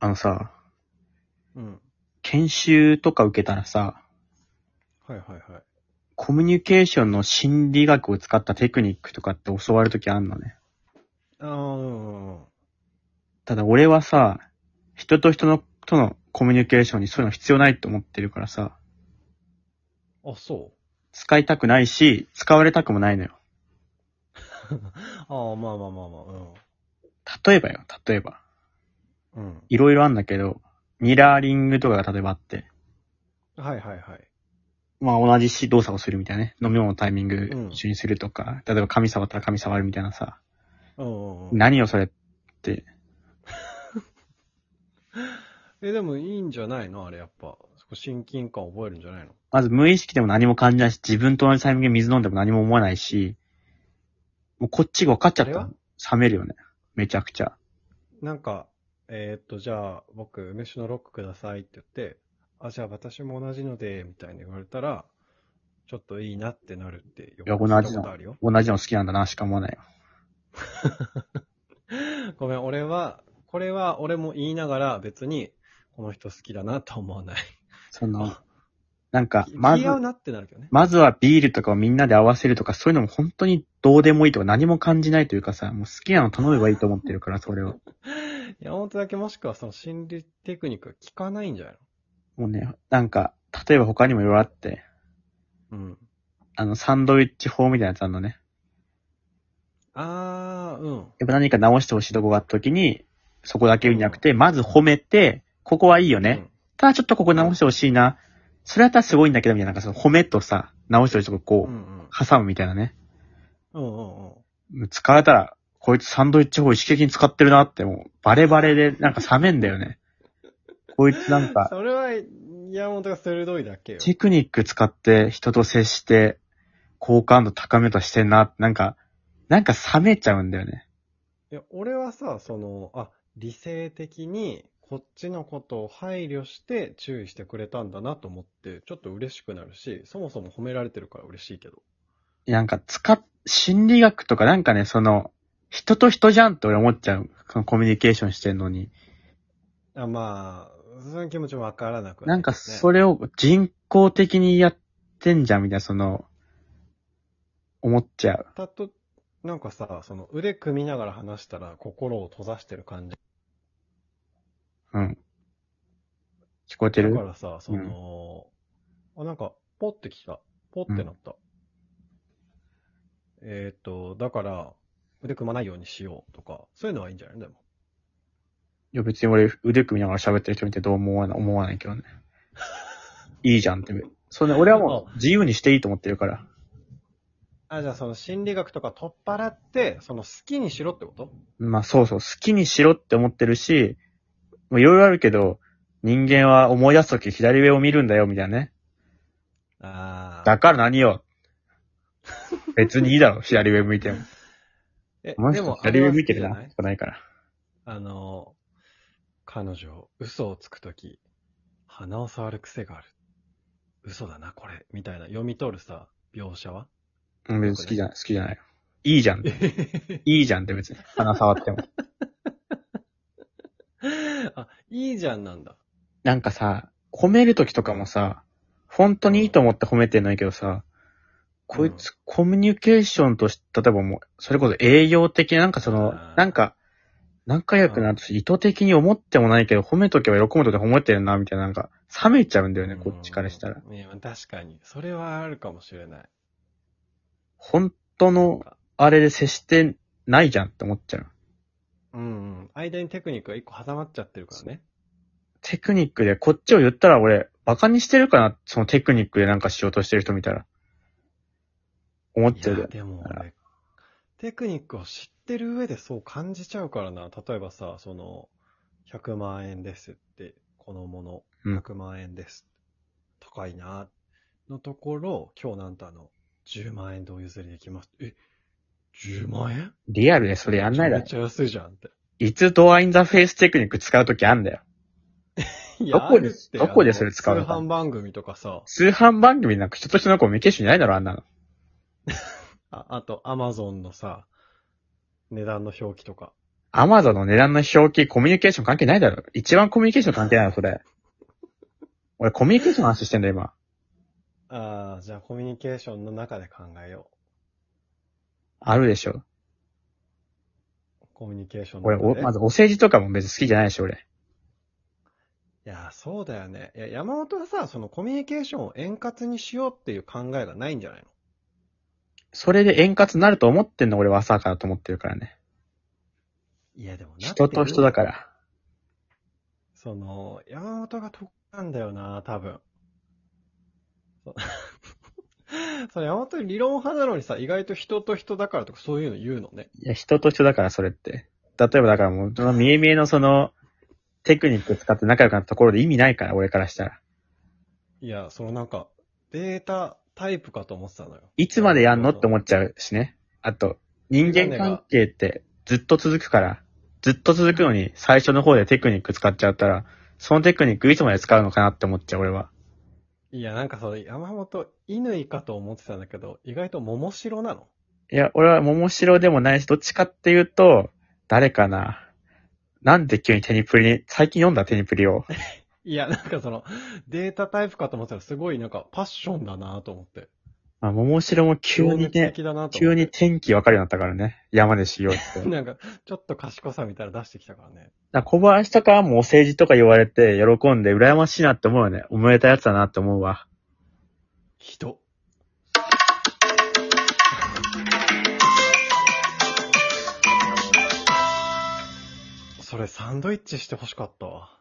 あのさ、うん。研修とか受けたらさ、はいはいはい。コミュニケーションの心理学を使ったテクニックとかって教わるときあんのね。ああ、うん。ただ俺はさ、人と人の、とのコミュニケーションにそういうの必要ないと思ってるからさ、あ、そう。使いたくないし、使われたくもないのよ。ああ、まあまあまあまあ、例えばよ、例えば。うん。うん。いろいろあんだけど、ミラーリングとかが例えばあって、はいはいはい。まあ同じし動作をするみたいなね。飲み物のタイミングうん一緒にするとか、例えば髪触ったら髪触るみたいなさ、うんうんうん。何よそれって、え、でもいいんじゃないのあれやっぱ。そこ親近感覚えるんじゃないのまず無意識でも何も感じないし、自分と同じタイミングで水飲んでも何も思わないし、もうこっちが分かっちゃったあれらは冷めるよね。めちゃくちゃ。なんか、えーっと、じゃあ、僕、梅酒のロックくださいって言って、あ、じゃあ私も同じので、みたいに言われたら、ちょっといいなってなるってよいや同じだ聞いたことあるよ。同じの好きなんだなしか思わないよ。 ごめん、俺は、これは俺も言いながら別に、この人好きだなとは思わない。その、なんか、ま気ず合、うなってなるけどね。まずはビールとかをみんなで合わせるとか、そういうのも本当にどうでもいいとか何も感じないというかさ、もう好きなの頼めばいいと思ってるから、それを。山本だけもしくはその心理テクニックが効かないんじゃないもうね、なんか、例えば他にもいろいろあって、のうん。あの、サンドイッチ法みたいなやつあるのね。あー、うん。やっぱ何か直してほしいとこがあった時に、そこだけ言うんじゃなくて、まず褒めて、ここはいいよね。ただちょっとここ直してほしいな。それだったらすごいんだけど、みたいな、なんかその褒めとさ、直してほしいとこうん。こうう、ん挟むみたいなね。うん。うんうんうん。使われたら、こいつサンドイッチ法意識的に使ってるなって、もう、バレバレで、なんか冷めんだよね。こいつなんか、それは、山本が鋭いだけよ。テクニック使って人と接して、好感度高めようとしてんな、なんか、なんか冷めちゃうんだよね。いや、俺はさ、その、あ、理性的に、こっちのことを配慮して注意してくれたんだなと思って、ちょっと嬉しくなるし、そもそも褒められてるから嬉しいけど。なんか、使っ、心理学とかなんかね、その、人と人じゃんって俺思っちゃう。そのコミュニケーションしてんのに。あ、まあ、その気持ちもわからなくなんか、それ、れを人工的にやってんじゃん、みたいな、その、思っちゃう。たと、なんかさ、その腕組みながら話したら心を閉ざしてる感じ。うん。聞こえてだるからさ、その、あ、なんか、ポってきた。ポってなった。えっ、と、だから、腕組まないようにしようとか、そういうのはいいんじゃないでも。いや、別に俺、腕組みながら喋ってる人見てどう思わない、思わないけどね。いいじゃんって。そんな、俺はもう自由にしていいと思ってるから。あ、じゃあその心理学とか取っ払って、その好きにしろってことまあそうそう、好きにしろって思ってるし、もういろいろあるけど、人間は思い出すとき左上を見るんだよ、みたいなね。あだから何 よ。別にいいだろ、左上向いても。え、お前でも、左上向いてるあれはな好きじゃ。とかないから。ないあの、彼女、嘘をつくとき、鼻を触る癖がある。嘘だな、これ。みたいな、読み取るさ、描写 はうん、別に好きじゃない、好きじゃないよ。いいじゃんって。えいいじゃんって別に。鼻触っても。あ、いいじゃんなんだ。 なんかさ、褒めるときとかもさ、本当にいいと思って褒めてんのいいけどさ、こいつコミュニケーションとして、例えばもう、それこそ栄養的な、なんかそのあ、ーなんか、仲良くなると意図的に思ってもないけど、褒めとけば喜ぶときは褒めてるな、みたいな、なんか、冷めちゃうんだよね、こっちからしたら。うん。いや、確かに。それはあるかもしれない。本当の、あれで接してないじゃんって思っちゃう。うんうん。間にテクニックが一個挟まっちゃってるからね。テクニックで、こっちを言ったら俺、バカにしてるかな、そのテクニックでなんかしようとしてる人見たら。思っいちゃうや、よ。でもあ俺、テクニックを知ってる上でそう感じちゃうからな。例えばさ、その、100万円ですって、このもの、うん100万円です。高いな。のところ、今日なんてあの、10万円でお譲りできます。え、10万円リアルでそれやんないだめろっ。ちゃ安いじゃんって。いつドアインザフェイステクニック使うときあんだよ。いやどこであるってどこでそれ使うのあ通販番組とかさ、通販番組なんか人と人のコミュニケーションじゃないだろ、あんなの。ああと、アマゾンのさ、値段の表記とか。アマゾンの値段の表記、コミュニケーション関係ないだろ。一番コミュニケーション関係ないの、それ。俺、コミュニケーションの話してんだよ、今。ああ、じゃあコミュニケーションの中で考えよあるでしょ。う。コミュニケーションの俺、中で。おまず、お世辞とかも別に好きじゃないし、俺。いや、そうだよね。いや、山本はさ、そのコミュニケーションを円滑にしようっていう考えがないんじゃないのそれで円滑になると思ってんの、俺は朝からと思ってるからね。いや、でもなってる人と人だから。その、山本が得なんだよな、多分。そう そう山本理論派なのにさ、意外と人と人だからとかそういうの言うのね。いや、人と人だから、それって。例えば、だからもう、その見え見えのその、テクニック使って仲良くなったところで意味ないから、俺からしたら。いや、そのなんか、データタイプかと思ってたのよ。いつまでやんのって思っちゃうしね。あと、人間関係ってずっと続くから、ずっと続くのに最初の方でテクニック使っちゃったら、そのテクニックいつまで使うのかなって思っちゃう、俺は。いや、なんかそれ、山本、乾かと思ってたんだけど、意外と桃城なのいや、俺は桃城でもないし、どっちかっていうと、誰かな。なんで急にテニプリに、最近読んだテニプリを。いや、なんかその、データタイプかと思ってたら、すごいなんか、パッションだなと思って。まあ、桃城も急情に熱ね、的だなと思急ってに天気わかるようになったからね。山でしようって。だか なんか、ちょっと賢さみたいなの出してきたからね。ら小林とかはもうお世辞とか言われて、喜んで羨ましいなって思うよね。おめでたいやつだなって思うわ。人。それサンドイッチして欲しかったわ。